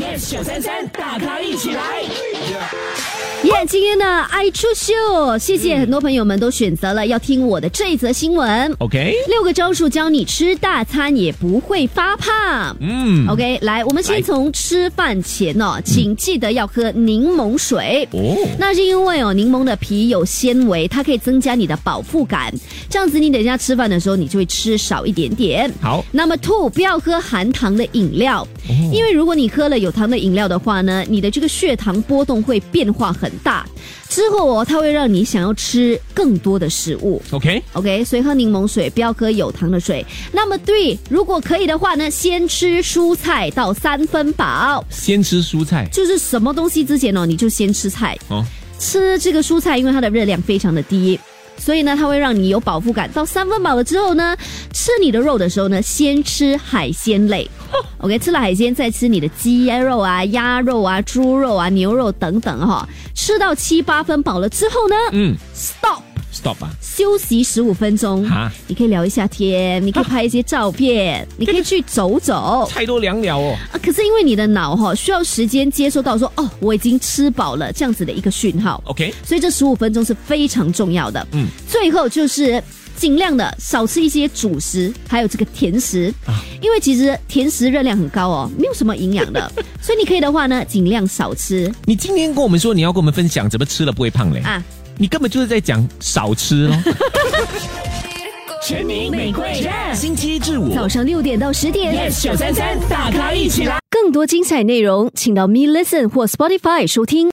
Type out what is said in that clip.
yes 九三三，大咖一起来。耶、今天的爱出秀，谢谢很多朋友们都选择了要听我的这一则新闻。 OK，六个招数教你吃大餐也不会发胖。嗯， OK，来，我们来先从吃饭前哦，请记得要喝柠檬水。哦，那是因为哦，柠檬的皮有纤维，它可以增加你的饱腹感，这样子你等一下吃饭的时候，你就会吃少一点点。好，那么 two 不要喝含糖的饮料，哦因为如果你喝了有糖的饮料的话呢，你的这个血糖波动会变化很大，之后哦，它会让你想要吃更多的食物。 OK， OK，所以喝柠檬水，不要喝有糖的水。那么 three 如果可以的话呢，先吃蔬菜到三分饱，先吃蔬菜就是什么东西之前哦，你就先吃菜。哦，吃这个蔬菜，因为它的热量非常的低，所以呢，它会让你有饱腹感。到三分饱了之后呢，吃你的肉的时候呢，先吃海鲜类。OK，吃了海鲜再吃你的鸡肉啊、鸭肉啊、猪肉啊、牛肉等等哈、吃到七八分饱了之后呢、嗯 s t o p ，stop 吧，休息十五分钟哈，你可以聊一下天，你可以拍一些照片，你可以去走走。菜都凉了哦。啊可是因为你的脑哈、需要时间接收到说哦我已经吃饱了这样子的一个讯号， OK，所以这十五分钟是非常重要的。嗯嗯，最后就是尽量的少吃一些主食，还有这个甜食，啊因为其实甜食热量很高哦，没有什么营养的，所以你可以的话呢，尽量少吃你今天跟我们说你要跟我们分享怎么吃了不会胖嘞，啊。你根本就是在讲少吃咯。全民玫瑰星期一至五早上六点到十点，yes 九三三，大咖一起来。更多精彩内容，请到 Me Listen 或 Spotify 收听。